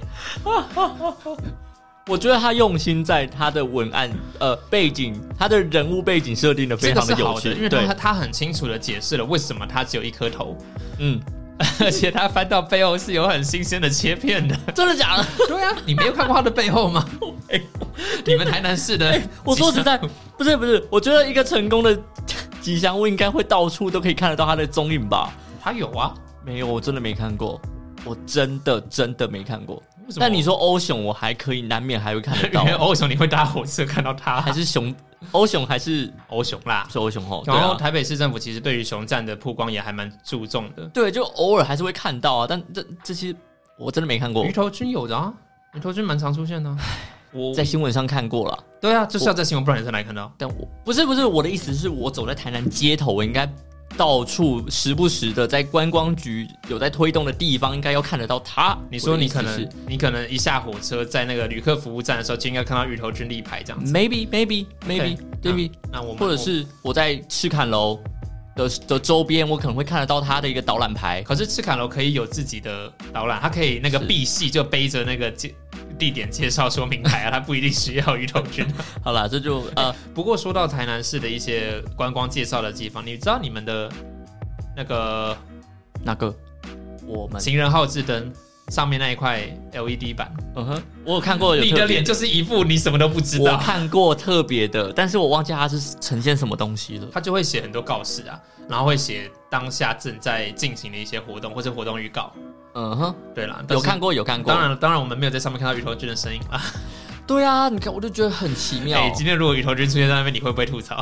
Speaker 2: 我觉得他用心在他的文案、呃背景、他的人物背景设定的非
Speaker 1: 这个
Speaker 2: 常
Speaker 1: 是
Speaker 2: 有
Speaker 1: 好的，
Speaker 2: 趣，
Speaker 1: 因为
Speaker 2: 对
Speaker 1: 他，他很清楚的解释了为什么它只有一颗头，
Speaker 2: 嗯，
Speaker 1: 而且他翻到背后是有很新鲜的切片的。
Speaker 2: 真的假的？
Speaker 1: 对啊，你没有看过他的背后吗？你们台南市的，
Speaker 2: 哎我说实 在，不是不是，我觉得一个成功的 吉祥物应该会到处都可以看得到他的踪影吧？
Speaker 1: 他有啊，
Speaker 2: 没有，我真的没看过，我真的真的没看过。
Speaker 1: 为什么
Speaker 2: 但你说欧熊，我还可以，难免还会看得
Speaker 1: 因
Speaker 2: 到
Speaker 1: 为，欧熊你会搭火车看到他，
Speaker 2: 还是熊欧熊还是
Speaker 1: 欧熊啦？
Speaker 2: 是欧熊吼？对
Speaker 1: 然后
Speaker 2: 啊，
Speaker 1: 台北市政府其实对于熊站的曝光也还蛮注重的。
Speaker 2: 对，就偶尔还是会看到啊，但这这些我真的没看过
Speaker 1: 鱼，头君有的啊，鱼头君蛮常出现的啊、我
Speaker 2: 在新闻上看过了。
Speaker 1: 对啊，就是要在新闻，不然你在哪里看啊到？
Speaker 2: 但我不是不是我的意思是我走在台南街头，我应该到处时不时的在观光局有在推动的地方，应该要看得到它。
Speaker 1: 你说你可
Speaker 2: 我的意
Speaker 1: 能
Speaker 2: 思
Speaker 1: 你可能一下火车，在那个旅客服务站的时候，就应该看到鱼头君立牌这样子。
Speaker 2: 是 maybe maybe
Speaker 1: 对
Speaker 2: maybe maybe，、
Speaker 1: 那我们
Speaker 2: 或者，是我在赤坎楼的的周边，我可能会看得到它的一个导览牌。
Speaker 1: 可是赤坎楼可以有自己的导览，它可以那个
Speaker 2: 是
Speaker 1: B 系就背着那个介地点介绍说明牌啊，它不一定需要鱼头君。
Speaker 2: 好啦，这就呃，
Speaker 1: 不过说到台南市的一些观光介绍的地方，你知道你们的那个
Speaker 2: 嗯那个我们
Speaker 1: 行人号志灯上面那一块 LED 板，
Speaker 2: 嗯哼，我有看过有
Speaker 1: 你
Speaker 2: 特
Speaker 1: 的
Speaker 2: 别
Speaker 1: 脸就是一副你什么都不知
Speaker 2: 我
Speaker 1: 道，
Speaker 2: 看过特别的，但是我忘记它是呈现什么东西了。
Speaker 1: 他就会写很多告示啊，然后会写当下正在进行的一些活动或者活动预告。
Speaker 2: 嗯哼，
Speaker 1: 对啦，但
Speaker 2: 有
Speaker 1: 是
Speaker 2: 看。过有看过，
Speaker 1: 当然了，当然我们没有在上面看到鱼头君的身影啦。
Speaker 2: 对啊，你看我就觉得很奇 妙。
Speaker 1: 哎、今天如果鱼头君出现在那边，你会不会吐槽？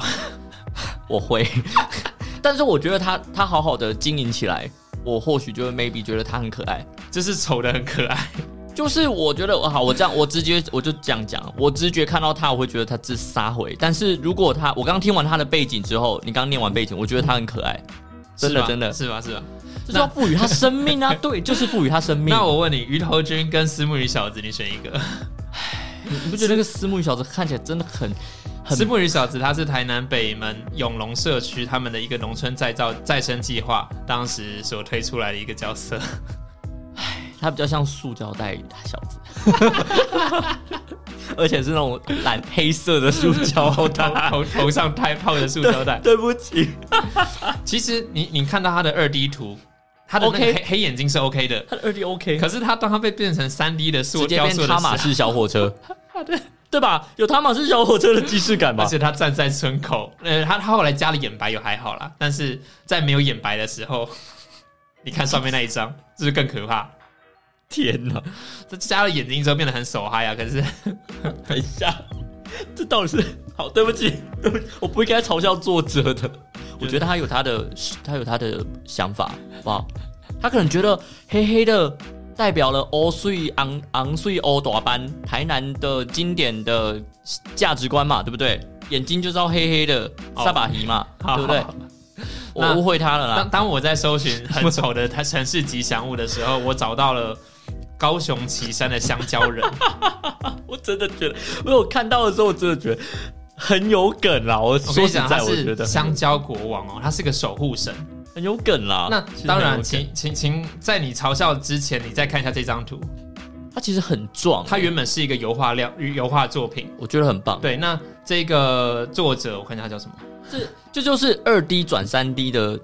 Speaker 2: 我会， 但是我觉得他他好好的经营起来，我或许就会 maybe 觉得他很可爱。
Speaker 1: 就是丑的很可爱，
Speaker 2: 就是我觉得好，我这样我直接我就这样讲，我直觉看到他，我会觉得他是撒回。但是如果他，我刚听完他的背景之后，你刚念完背景，我觉得他很可 爱，真
Speaker 1: 是
Speaker 2: 的
Speaker 1: 吧
Speaker 2: 真的，
Speaker 1: 是吧？是吧？
Speaker 2: 就是要赋予他生命啊，对，就是赋予他生命。
Speaker 1: 那我问你，鱼头君跟思慕鱼小子，你选一个？
Speaker 2: 你不觉得那个私募小子看起来真的很很很
Speaker 1: 石木鱼小子，他是台南北门永隆社区他们的一个农村再造 再生计划，当时所推出来的一个角 色。
Speaker 2: 它比较像塑胶袋小子， 而且是那种蓝黑色的塑胶袋。
Speaker 1: 头头头上太泡的塑胶袋。
Speaker 2: 对不起，
Speaker 1: 其实你你看到他的二 D 图，他的那个
Speaker 2: OK
Speaker 1: 黑黑眼睛是 OK 的，
Speaker 2: 它的二 D OK，
Speaker 1: 可是他当他被变成三 D 的塑
Speaker 2: 直接
Speaker 1: 雕
Speaker 2: 变
Speaker 1: 塑的
Speaker 2: 塔
Speaker 1: 时候
Speaker 2: 马式小火 车，啊对吧？有塔马式小火车的既视感
Speaker 1: 而
Speaker 2: 吧？
Speaker 1: 且他站在村口，呃，他他后来加了眼白有还好啦，但是在没有眼白的时候， 你看上面那一张，是不是更可怕？
Speaker 2: 天哪！
Speaker 1: 这加了眼睛之后变得很手嗨啊，可是
Speaker 2: 等一下，这到底是好？对不起，对不起我不应该嘲笑作者的。我觉得他有他的，他有他的想法，好不好？他可能觉得黑黑的代表了欧碎昂昂碎欧大班台南的经典的价值观嘛，对不对？眼睛就是要黑黑的
Speaker 1: 哦
Speaker 2: 萨巴提嘛，
Speaker 1: 好
Speaker 2: 对不对
Speaker 1: 好？
Speaker 2: 我
Speaker 1: 那
Speaker 2: 误会他了
Speaker 1: 当
Speaker 2: 啦。
Speaker 1: 当我在搜寻很丑的它城市吉祥物的时候，我找到了高雄旗山的香蕉 人，
Speaker 2: 我真的觉得，我有看到的时候，我真的觉得很有梗啦。我
Speaker 1: 我跟
Speaker 2: 说
Speaker 1: 你
Speaker 2: 实
Speaker 1: 讲，
Speaker 2: 在，
Speaker 1: 他
Speaker 2: 我觉
Speaker 1: 是
Speaker 2: 得
Speaker 1: 香蕉国王哦，他是个守护神。
Speaker 2: 很有梗啦。
Speaker 1: 那
Speaker 2: 其实
Speaker 1: 当
Speaker 2: 很有
Speaker 1: 然，
Speaker 2: 梗
Speaker 1: 请请请，在你嘲笑之前，你再看一下这张图，
Speaker 2: 他其实很壮，欸
Speaker 1: 它原本是一个油画料油画作品。
Speaker 2: 我觉得很棒。，
Speaker 1: 对，那这个作者我看一下他叫什么？
Speaker 2: 这就是二 D 转三 D 的，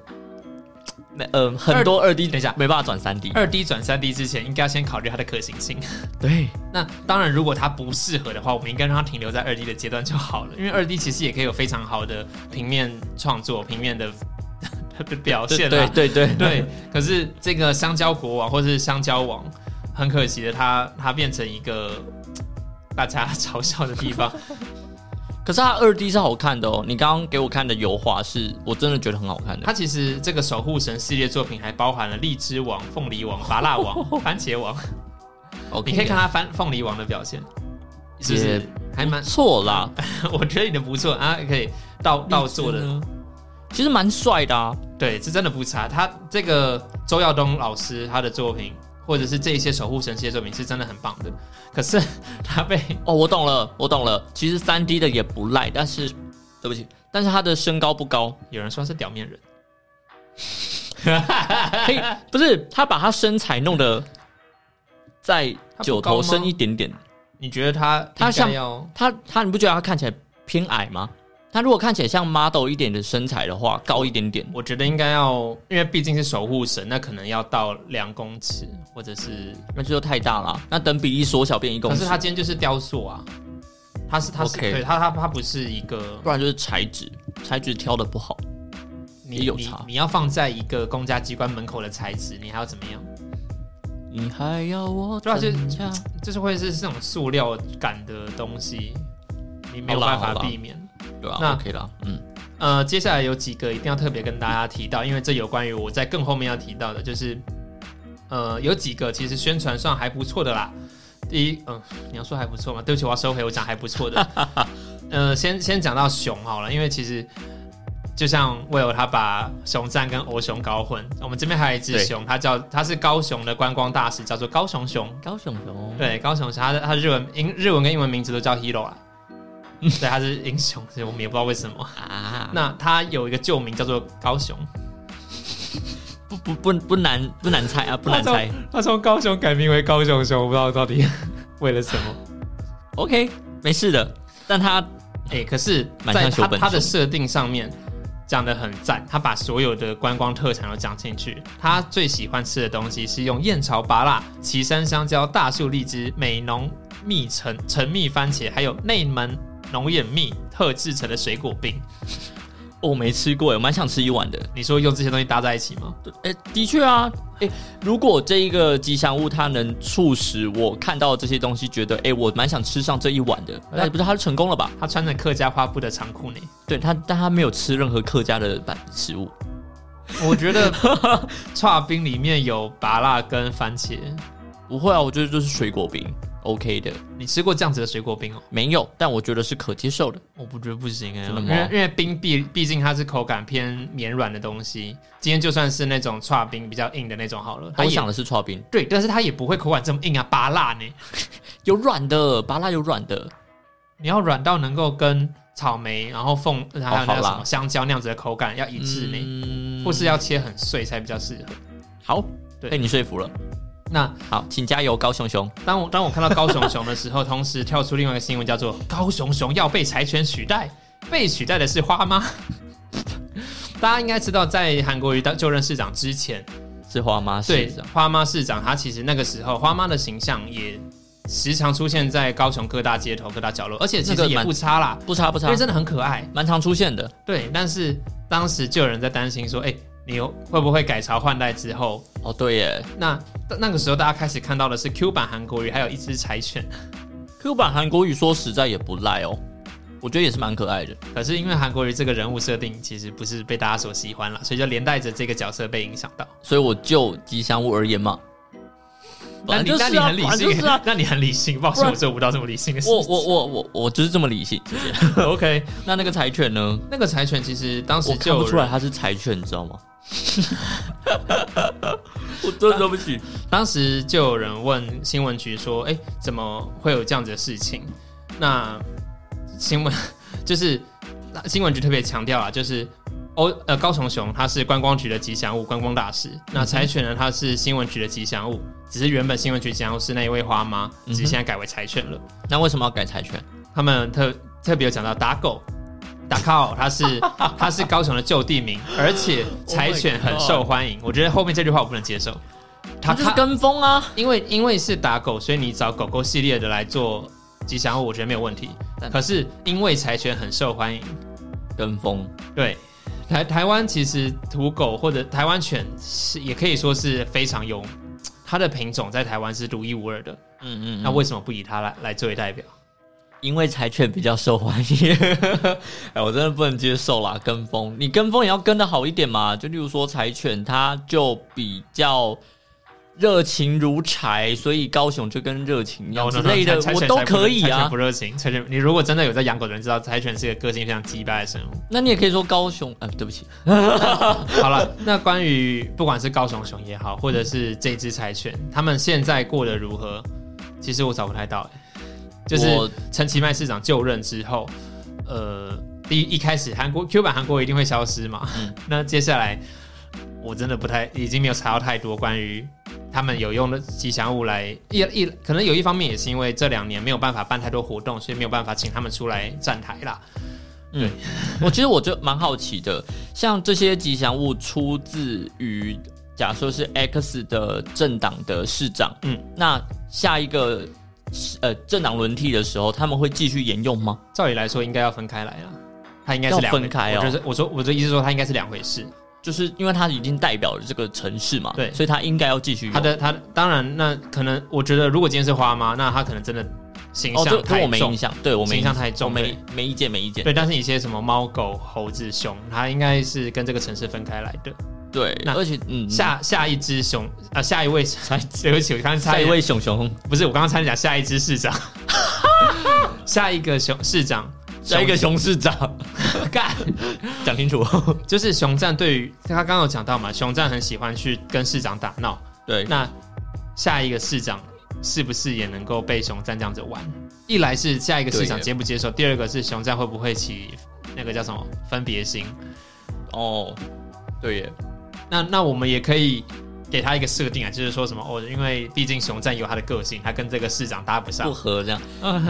Speaker 2: 那呃很多二 D
Speaker 1: 等一下
Speaker 2: 没办法转三 D。
Speaker 1: 二 D 转三 D 之前，应该先考虑它的可行性。
Speaker 2: 对，
Speaker 1: 那当然，如果它不适合的话，我们应该让它停留在二 D 的阶段就好了，因为二 D 其实也可以有非常好的平面创作、平面的 表
Speaker 2: 对
Speaker 1: 现
Speaker 2: 对
Speaker 1: 啦。
Speaker 2: 对对
Speaker 1: 啊对，可是这个香蕉国王或是香蕉王，很可惜的，它它变成一个大家嘲笑的地 方。
Speaker 2: 可是它二 D 是好看的哦，你刚刚给我看的油画是我真的觉得很好看的。
Speaker 1: 它其实这个守护神系列作品还包含了荔枝王、凤梨王、麻辣 王、番茄王，
Speaker 2: OK，
Speaker 1: 你可以看它番凤梨王的表现，是不
Speaker 2: 也
Speaker 1: 是还蛮？
Speaker 2: 错啦，
Speaker 1: 我觉得你的不错啊，可以倒倒做的，
Speaker 2: 呢，其实蛮帅的啊。
Speaker 1: 对，这真的不差。他这个周耀东老师他的作品，或者是这一些守护神系列作品，是真的很棒的。可是 他被
Speaker 2: 哦，我懂了，我懂了。其实三 D 的也不赖，但是对不起，但是他的身高 不高，
Speaker 1: 有人说他是表面人，
Speaker 2: 可以不是他把他身材弄得再
Speaker 1: 他不
Speaker 2: 九
Speaker 1: 高
Speaker 2: 头
Speaker 1: 吗
Speaker 2: 身一点点。
Speaker 1: 你觉得他
Speaker 2: 他像
Speaker 1: 应该要
Speaker 2: 他他，你不觉得他看起来偏矮吗？他如果看起来像 model 一点的身材的话，高一点点，
Speaker 1: 我觉得应该要，因为毕竟是守护神，那可能要到两公尺，或者是，
Speaker 2: 那就太大了。那等比例缩小变一公
Speaker 1: 可
Speaker 2: 尺，
Speaker 1: 是他今天就是雕塑啊，他是他是
Speaker 2: OK
Speaker 1: 对他他他不是一个
Speaker 2: 不然就是材质，材质挑的不好。也
Speaker 1: 你
Speaker 2: 有
Speaker 1: 你
Speaker 2: 差
Speaker 1: 你要放在一个公家机关门口的材质，你还要怎么样？
Speaker 2: 你还要我
Speaker 1: 对啊就
Speaker 2: 怎样？
Speaker 1: 就是会是这种塑料感的东西，你没有
Speaker 2: 好啦
Speaker 1: 办法
Speaker 2: 好啦
Speaker 1: 避免。
Speaker 2: 对
Speaker 1: 那
Speaker 2: 啊，OK 啦，嗯，
Speaker 1: 呃，接下来有几个一定要特别跟大家提到，因为这有关于我在更后面要提到的，就是呃，有几个其实宣传上还不错的啦。第一，嗯、你要说还不错吗？对不起，我要收回我讲还不错的。 呃，先先讲到熊好了，因为其实就像魏友他把熊赞跟欧熊搞混，我们这边还有一只
Speaker 2: 对
Speaker 1: 熊，它叫它是高雄的观光大使，叫做高雄熊。
Speaker 2: 高雄熊，
Speaker 1: 对，高雄是他的他的日文英日文跟英文名字都叫 Hero 啊，对，他是英雄，所以我们也不知道为什么。
Speaker 2: 啊，
Speaker 1: 那他有一个旧名叫做高雄，
Speaker 2: 不不不不难不难猜啊，不难猜。
Speaker 1: 他从高雄改名为高雄熊，我不知道到底 为了什么。
Speaker 2: OK，没事的。但他
Speaker 1: 哎、可是
Speaker 2: 蛮
Speaker 1: 在
Speaker 2: 像
Speaker 1: 他
Speaker 2: 熊本
Speaker 1: 他的
Speaker 2: 熊
Speaker 1: 设定上面讲的很赞，他把所有的观光特产都讲进去。他最喜欢吃的东西是用燕巢拔辣、岐山香蕉、大树荔枝、美浓蜜橙、橙蜜番茄，还有内门龙眼蜜特制成的水果冰。
Speaker 2: 我没吃过，我蛮想吃一碗的。
Speaker 1: 你说用这些东西搭在一起吗？
Speaker 2: 哎、的确啊，哎、如果这一个吉祥物它能促使我看到这些东西，觉得哎、我蛮想吃上这一碗的，那不是它就成功了吧？
Speaker 1: 他穿着客家花布的长裤呢。
Speaker 2: 对他，但他没有吃任何客家的版食物。
Speaker 1: 我觉得 串冰里面有拔辣跟番茄，
Speaker 2: 不会啊，我觉得就是水果冰，OK 的，
Speaker 1: 你吃过这样子的水果冰哦？
Speaker 2: 没有，但我觉得是可接受的。
Speaker 1: 我不觉得不行哎、
Speaker 2: 真的
Speaker 1: 因
Speaker 2: 吗
Speaker 1: 为因为冰毕毕竟它是口感偏绵软的东西，今天就算是那种串冰比较硬的那种好了，它
Speaker 2: 我
Speaker 1: 也
Speaker 2: 想的是刨冰，
Speaker 1: 对，但是它也不会口感这么硬啊，拔辣呢，
Speaker 2: 有软的，巴拉有软的，
Speaker 1: 你要软到能够跟草莓，然后凤还有那
Speaker 2: 好
Speaker 1: 个
Speaker 2: 啦
Speaker 1: 什么香蕉那样子的口感要一致呢，
Speaker 2: 嗯
Speaker 1: 或是要切很碎才比较适合。
Speaker 2: 好，
Speaker 1: 对
Speaker 2: 被你说服了。
Speaker 1: 那
Speaker 2: 好，请加油，高熊熊。
Speaker 1: 当我当我看到高雄熊的时候，同时跳出另外一个新闻，叫 做高雄熊要被柴犬取代，被取代的是花妈。 大家应该知道，在韩国瑜当就任市长之前，
Speaker 2: 是花妈市
Speaker 1: 对
Speaker 2: 长，
Speaker 1: 花妈市长，她其实那个时候花妈的形象也时常出现在高雄各大街头、各大角落，而且其
Speaker 2: 那
Speaker 1: 实
Speaker 2: 个
Speaker 1: 也
Speaker 2: 蛮
Speaker 1: 不差啦，
Speaker 2: 不差不
Speaker 1: 因
Speaker 2: 差
Speaker 1: 为，真的很可爱。
Speaker 2: 蛮常出现的。
Speaker 1: 对，但是当时就有人在担心说，哎、你有会不会改朝换代之后，
Speaker 2: 哦，对耶
Speaker 1: 那那个时候大家开始看到的是 Q 版韩国语，还有一只柴犬。
Speaker 2: ，Q 版韩国语说实在也不赖哦，我觉得也是蛮可爱的。
Speaker 1: 可是因为韩国瑜这个人物设定其实不是被大家所喜欢了，所以就连带着这个角色被影响到。
Speaker 2: 所以我就吉祥物而言嘛，
Speaker 1: 那
Speaker 2: 反
Speaker 1: 你
Speaker 2: 正就
Speaker 1: 那
Speaker 2: 是
Speaker 1: 你
Speaker 2: 啊
Speaker 1: 很，理
Speaker 2: 反正就是
Speaker 1: 性
Speaker 2: 啊，，
Speaker 1: 那你很理性，抱歉我做不到这么理性的事
Speaker 2: 我
Speaker 1: 情。
Speaker 2: 我我我我就是这么理性。
Speaker 1: 我 OK，
Speaker 2: 那那个柴犬呢？
Speaker 1: 那个柴犬其实当时
Speaker 2: 我
Speaker 1: 就
Speaker 2: 看
Speaker 1: 有
Speaker 2: 不
Speaker 1: 人
Speaker 2: 出来它是柴犬，你知道吗？ 我真的对不起。
Speaker 1: 当时就有人问新闻局说：“哎、怎么会有这样子的事情？”那新闻 就是那新闻局特别强调啊，就是欧呃高雄熊它是观光局的吉祥物，观光大使。那柴犬呢，它是新闻局的吉祥物，只是原本新闻局吉祥物是那一位花妈，只是现在改为柴犬了。
Speaker 2: 那为什么要改柴犬？
Speaker 1: 他们特特别有讲到打狗。打靠，它是 它是高雄的旧地名，而且柴犬很受欢迎。我觉得后面这句话我不能接受。
Speaker 2: 它就是跟风啊。
Speaker 1: 因为因为是打狗，所以你找狗狗系列的来做吉祥物，我觉得没有问题
Speaker 2: 但。
Speaker 1: 可是因为柴犬很受欢迎，
Speaker 2: 跟风，
Speaker 1: 对台台湾其实土狗或者台湾犬是也可以说是非常有它的品种在台湾是独一无二的。
Speaker 2: 嗯嗯，
Speaker 1: 那为什么不以它来来作为代表？
Speaker 2: 因为柴犬比较受欢迎， 哎，我真的不能接受啦，跟风，你跟风也要跟的好一点嘛。就例如说柴犬，它就比较热情如柴，所以高雄就跟热情一样
Speaker 1: No, no,
Speaker 2: 之
Speaker 1: no，
Speaker 2: 类的
Speaker 1: 柴柴，
Speaker 2: 我
Speaker 1: 犬
Speaker 2: 都
Speaker 1: 才不
Speaker 2: 可以
Speaker 1: 柴犬
Speaker 2: 啊
Speaker 1: 不。热情，柴犬，你如果真的有在养狗的人知道，柴犬是一个个性非常鸡巴的生物。
Speaker 2: 那你也可以说高雄，呃，对不起，
Speaker 1: 好了，那关于不管是高雄熊也好，或者是这只柴犬，他们现在过得如何？其实我找不太到、欸就是
Speaker 2: 我
Speaker 1: 陈其迈市长就任之后，呃，第一一开始韩国 Q 版韩国一定会消失嘛，
Speaker 2: 嗯
Speaker 1: 那接下来我真的不太已经没有查到太多关于他们有用的吉祥物来一一可能有一方面也是因为这两年没有办法办太多活动，所以没有办法请他们出来站台啦。
Speaker 2: 我其实我就蛮好奇的，像这些吉祥物出自于假设是 X 的政党的市长，嗯
Speaker 1: 嗯，
Speaker 2: 那下一个呃政党轮替的时候，他们会继续沿用吗？
Speaker 1: 照理来说应该要分开来啦，它应该是两
Speaker 2: 要分开哦
Speaker 1: 我就是我说我的意思是说它应该是两回事。
Speaker 2: 就是因为它已经代表了这个城市嘛，
Speaker 1: 对
Speaker 2: 所以它应该要继续用哦
Speaker 1: 它的它的当然那可能我觉得如果今天是花妈，那它可能真的形
Speaker 2: 哦，
Speaker 1: 象
Speaker 2: 这跟
Speaker 1: 太
Speaker 2: 我没
Speaker 1: 重
Speaker 2: 印，象，对我没
Speaker 1: 形
Speaker 2: 印
Speaker 1: 象
Speaker 2: 象，
Speaker 1: 太
Speaker 2: 我
Speaker 1: 重，
Speaker 2: 没
Speaker 1: 对
Speaker 2: 没意见，没意见，
Speaker 1: 对。但是一些什么猫狗猴子熊，它应该是跟这个城市分开来的。
Speaker 2: 对，
Speaker 1: 那
Speaker 2: 而且嗯，
Speaker 1: 下下一只熊啊、下一 位下一对不起，我刚刚差
Speaker 2: 下
Speaker 1: 点
Speaker 2: 一位熊熊，
Speaker 1: 不是我刚刚差点讲下一只市 长，下一个熊市长，
Speaker 2: 下一个熊 市长，
Speaker 1: 干。
Speaker 2: 讲清楚，
Speaker 1: 就是熊战对于他刚刚有讲到嘛，熊战很喜欢去跟市长打闹。
Speaker 2: 对，
Speaker 1: 那下一个市长是不是也能够被熊战这样子玩？一来是下一个市
Speaker 2: 对
Speaker 1: 长
Speaker 2: 耶
Speaker 1: 接不接受，第二个是熊战会不会起那个叫什么分别心？
Speaker 2: 哦，对耶，
Speaker 1: 那那我们也可以给他一个设定啊，就是说什么哦，因为毕竟熊战有他的个性，他跟这个市长搭不上
Speaker 2: 不。合这样，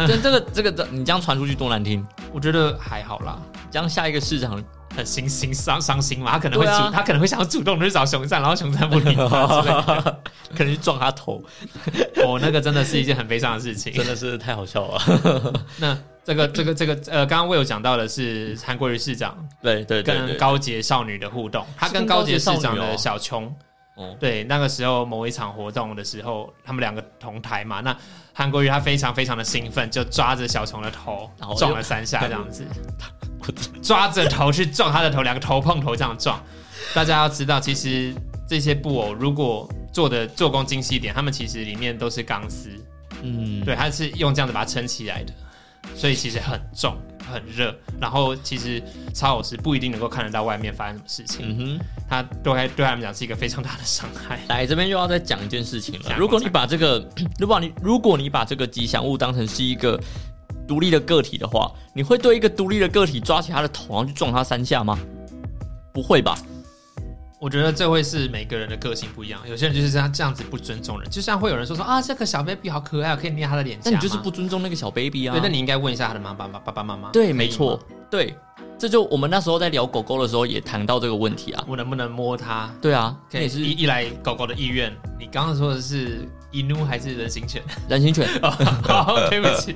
Speaker 2: 这这个这个这你这样传出去多难听，
Speaker 1: 我觉得还好啦，
Speaker 2: 这样下一个市 长
Speaker 1: 很心心伤伤心嘛，他可能会主、
Speaker 2: 对啊
Speaker 1: 他可能会想要主动地去找熊战，然后熊战不理他 之类
Speaker 2: 可能去撞他 头，
Speaker 1: 的。哦，那个真的是一件很悲伤的事情。
Speaker 2: 真的是太好笑了。
Speaker 1: 那这个这个这个呃，刚刚我有讲到的是韩国瑜市长
Speaker 2: 对对对
Speaker 1: 跟
Speaker 2: 对，
Speaker 1: 高洁少女的互动，他
Speaker 2: 是
Speaker 1: 跟
Speaker 2: 跟高
Speaker 1: 高洁
Speaker 2: 洁少
Speaker 1: 市长
Speaker 2: 女哦
Speaker 1: 的小琼，
Speaker 2: 哦
Speaker 1: 对，那个时候某一场活动的时候，他们两个同台嘛，那韩国瑜他非常非常的兴奋，就抓着小琼的头
Speaker 2: 然后
Speaker 1: 撞了三下这样子
Speaker 2: 我，
Speaker 1: 抓着头去撞他的头，两个头碰头这样撞。大家要知道，其实这些布偶如果做的做工精细一点，他们其实里面都是钢丝，
Speaker 2: 嗯，
Speaker 1: 对，它是用这样子把它撑起来的，所以其实很重很热。然后其实超偶师不一定能够看得到外面发生什么事情，
Speaker 2: 嗯哼。
Speaker 1: 它对他对他们讲是一个非常大的伤害。
Speaker 2: 来这边又要再讲一件事情了。
Speaker 1: 讲
Speaker 2: 如果你把这个，如果你如果你把这个吉祥物当成是一个独立的个体的话，你会对一个独立的个体抓起他的头，然后去撞他三下吗？不会吧？
Speaker 1: 我觉得这会是每个人的个性不一样，有些人就是这样这样子不尊重人，就像会有人说说啊，这个小 baby 好可爱，可以捏他的脸颊
Speaker 2: 那
Speaker 1: 吗。
Speaker 2: 你就是不尊啊重那个小 baby 啊！
Speaker 1: 对，那你应该问一下他的妈爸爸爸爸妈妈。
Speaker 2: 对
Speaker 1: 可以
Speaker 2: 没错
Speaker 1: 吗，，
Speaker 2: 对，这就我们那时候在聊狗狗的时候也谈到这个问题啊。
Speaker 1: 我能不能摸它？
Speaker 2: 对啊，
Speaker 1: 可
Speaker 2: 那
Speaker 1: 以
Speaker 2: 也是
Speaker 1: 一一来狗狗的意愿。你刚刚说的是一怒还是人形 犬？
Speaker 2: 人形犬。
Speaker 1: 哦对不起，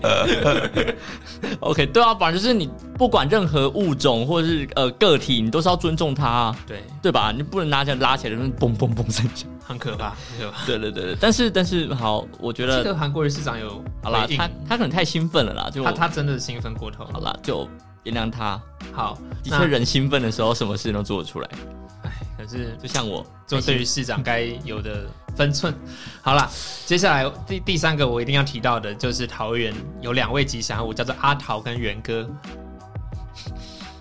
Speaker 2: OK，对啊，反正就是你不管任何物种或者是呃个体，你都是要尊重它、啊，
Speaker 1: 对，
Speaker 2: 对吧？你不能拿起来拉起来，就是嘣嘣嘣三下。
Speaker 1: 很可怕，很可 怕。
Speaker 2: 对对对对，但是但是好，我觉
Speaker 1: 这
Speaker 2: 得
Speaker 1: 个韩国瑜市长有
Speaker 2: 好啦，
Speaker 1: 回应
Speaker 2: 他他可能太兴奋了啦，就
Speaker 1: 他他真的兴奋过头。
Speaker 2: 好啦，就原谅他。
Speaker 1: 好，
Speaker 2: 的
Speaker 1: 那
Speaker 2: 确，人兴奋的时候，什么事都做得出来，
Speaker 1: 可 是
Speaker 2: 就像我
Speaker 1: 就 对于市长该有的分寸。 好啦，接下来第第三个我一定要提到的就是桃园有两位吉祥物，叫做阿桃跟元哥。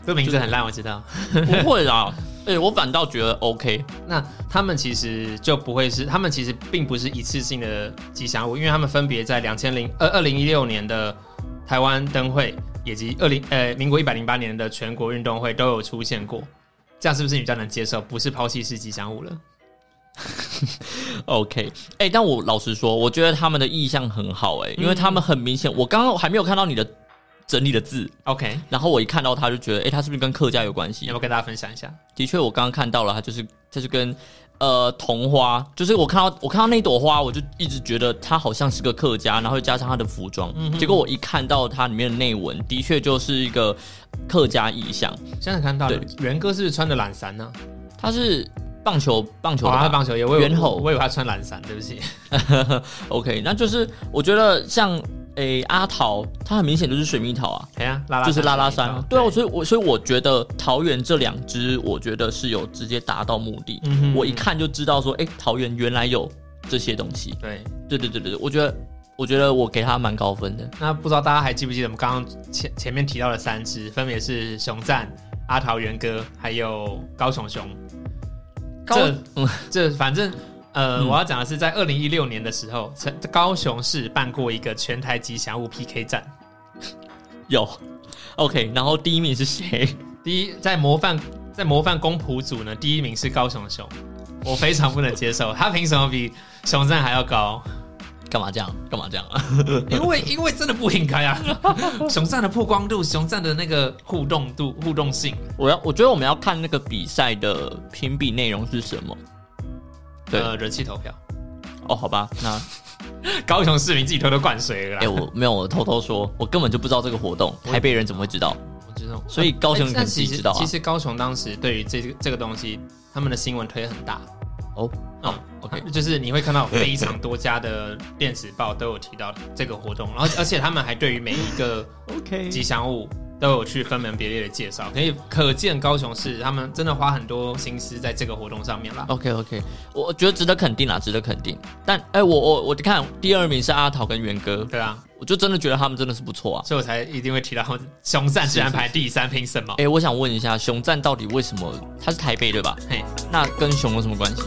Speaker 1: 这个名字很烂，我知道。
Speaker 2: 不会啦。 对我反倒觉得 OK，
Speaker 1: 那他们其实就不会是，他们其实并不是一次性的吉祥物，因为他们分别在两千零二二零一六年的台湾灯会以及二零呃民国一百零八年的全国运动会都有出现过。这样是不是你比较能接受？不是抛弃式吉祥物了？
Speaker 2: OK，哎、但我老实说，我觉得他们的意向很好、哎，
Speaker 1: 嗯
Speaker 2: 因为他们很明显，我刚刚还没有看到你的整理的字，
Speaker 1: OK，
Speaker 2: 然后我一看到他就觉得，哎、他是不是跟客家有关
Speaker 1: 你
Speaker 2: 系
Speaker 1: 要不？要跟大家分享一下？
Speaker 2: 的确，我刚刚看到了，他就是他是跟呃桐花，就是我看到我看到那朵花，我就一直觉得他好像是个客家，然后又加上他的服装，结果我一看到它里面的内文，的确就是一个客家意象，
Speaker 1: 现在看到了
Speaker 2: 对
Speaker 1: 元哥是不是穿着蓝衫呢？
Speaker 2: 他是棒球棒球
Speaker 1: 哦，
Speaker 2: 的
Speaker 1: 他
Speaker 2: 吧、
Speaker 1: 棒球也，我以为
Speaker 2: 啊猿猴
Speaker 1: 我以为他穿蓝衫，对不起。
Speaker 2: OK，那就是我觉得像诶、阿桃，他很明显就是水蜜桃啊。
Speaker 1: 哎呀，拉拉
Speaker 2: 就是拉拉山
Speaker 1: 山，
Speaker 2: 啊，对啊，所以我所以我觉得桃园这两支，我觉得是有直接达到目的。
Speaker 1: 嗯哼
Speaker 2: 我一看就知道说，哎、桃园原来有这些东西。
Speaker 1: 对。
Speaker 2: 对对对对，对我觉得我觉得我给他蛮高分的。
Speaker 1: 那不知道大家还记不记得我们刚刚前前面提到的三只，分别是熊赞、阿桃元哥，还有高雄熊。
Speaker 2: 高
Speaker 1: 这、
Speaker 2: 嗯
Speaker 1: 这反正呃，我要讲的是，在二零一六年的时候，成高雄市办过一个全台吉祥物 PK 战。
Speaker 2: 有，OK，然后第一名是谁？
Speaker 1: 第一，在模范在模范公仆组呢，第一名是高雄熊，我非常不能接受，他凭什么比熊赞还要高？
Speaker 2: 干嘛这样？干嘛这样啊？
Speaker 1: 因为因为真的不应该啊！ 熊赞的曝光度，熊赞的那个互动度、互动性，
Speaker 2: 我要我觉得我们要看那个比赛的评比内容是什么。对
Speaker 1: 呃，人气投票，
Speaker 2: 哦，好吧，那
Speaker 1: 高雄市民自己偷偷灌水了啦。
Speaker 2: 哎、我没有，我偷偷说，我根本就不知道这个活动，台北人怎么会知道？
Speaker 1: 我知道，
Speaker 2: 所以高雄
Speaker 1: 哎
Speaker 2: 可
Speaker 1: 但
Speaker 2: 能自
Speaker 1: 其
Speaker 2: 己
Speaker 1: 实
Speaker 2: 知道啊
Speaker 1: 其实高雄当时对于这个这个东西，他们的新闻推很大。
Speaker 2: 哦
Speaker 1: 嗯
Speaker 2: OK
Speaker 1: 就是你会看到非常多家的电子报都有提到这个活动，然后而且他们还对于每一个
Speaker 2: ，OK，
Speaker 1: 吉祥物都有去分门别类的介绍，可以可见高雄市他们真的花很多心思在这个活动上面啦。
Speaker 2: OK OK，我我觉得值得肯定啦，值得肯定。但哎、我我我看第二名是阿桃跟元哥，
Speaker 1: 对啊，
Speaker 2: 我就真的觉得他们真的是不错啊。
Speaker 1: 所以我才一定会提到熊赞居然排第三，凭什
Speaker 2: 哎
Speaker 1: 么？
Speaker 2: 哎、我想问一下，熊赞到底为什么他是台北对吧？
Speaker 1: 嘿，
Speaker 2: 那跟熊有什么关系？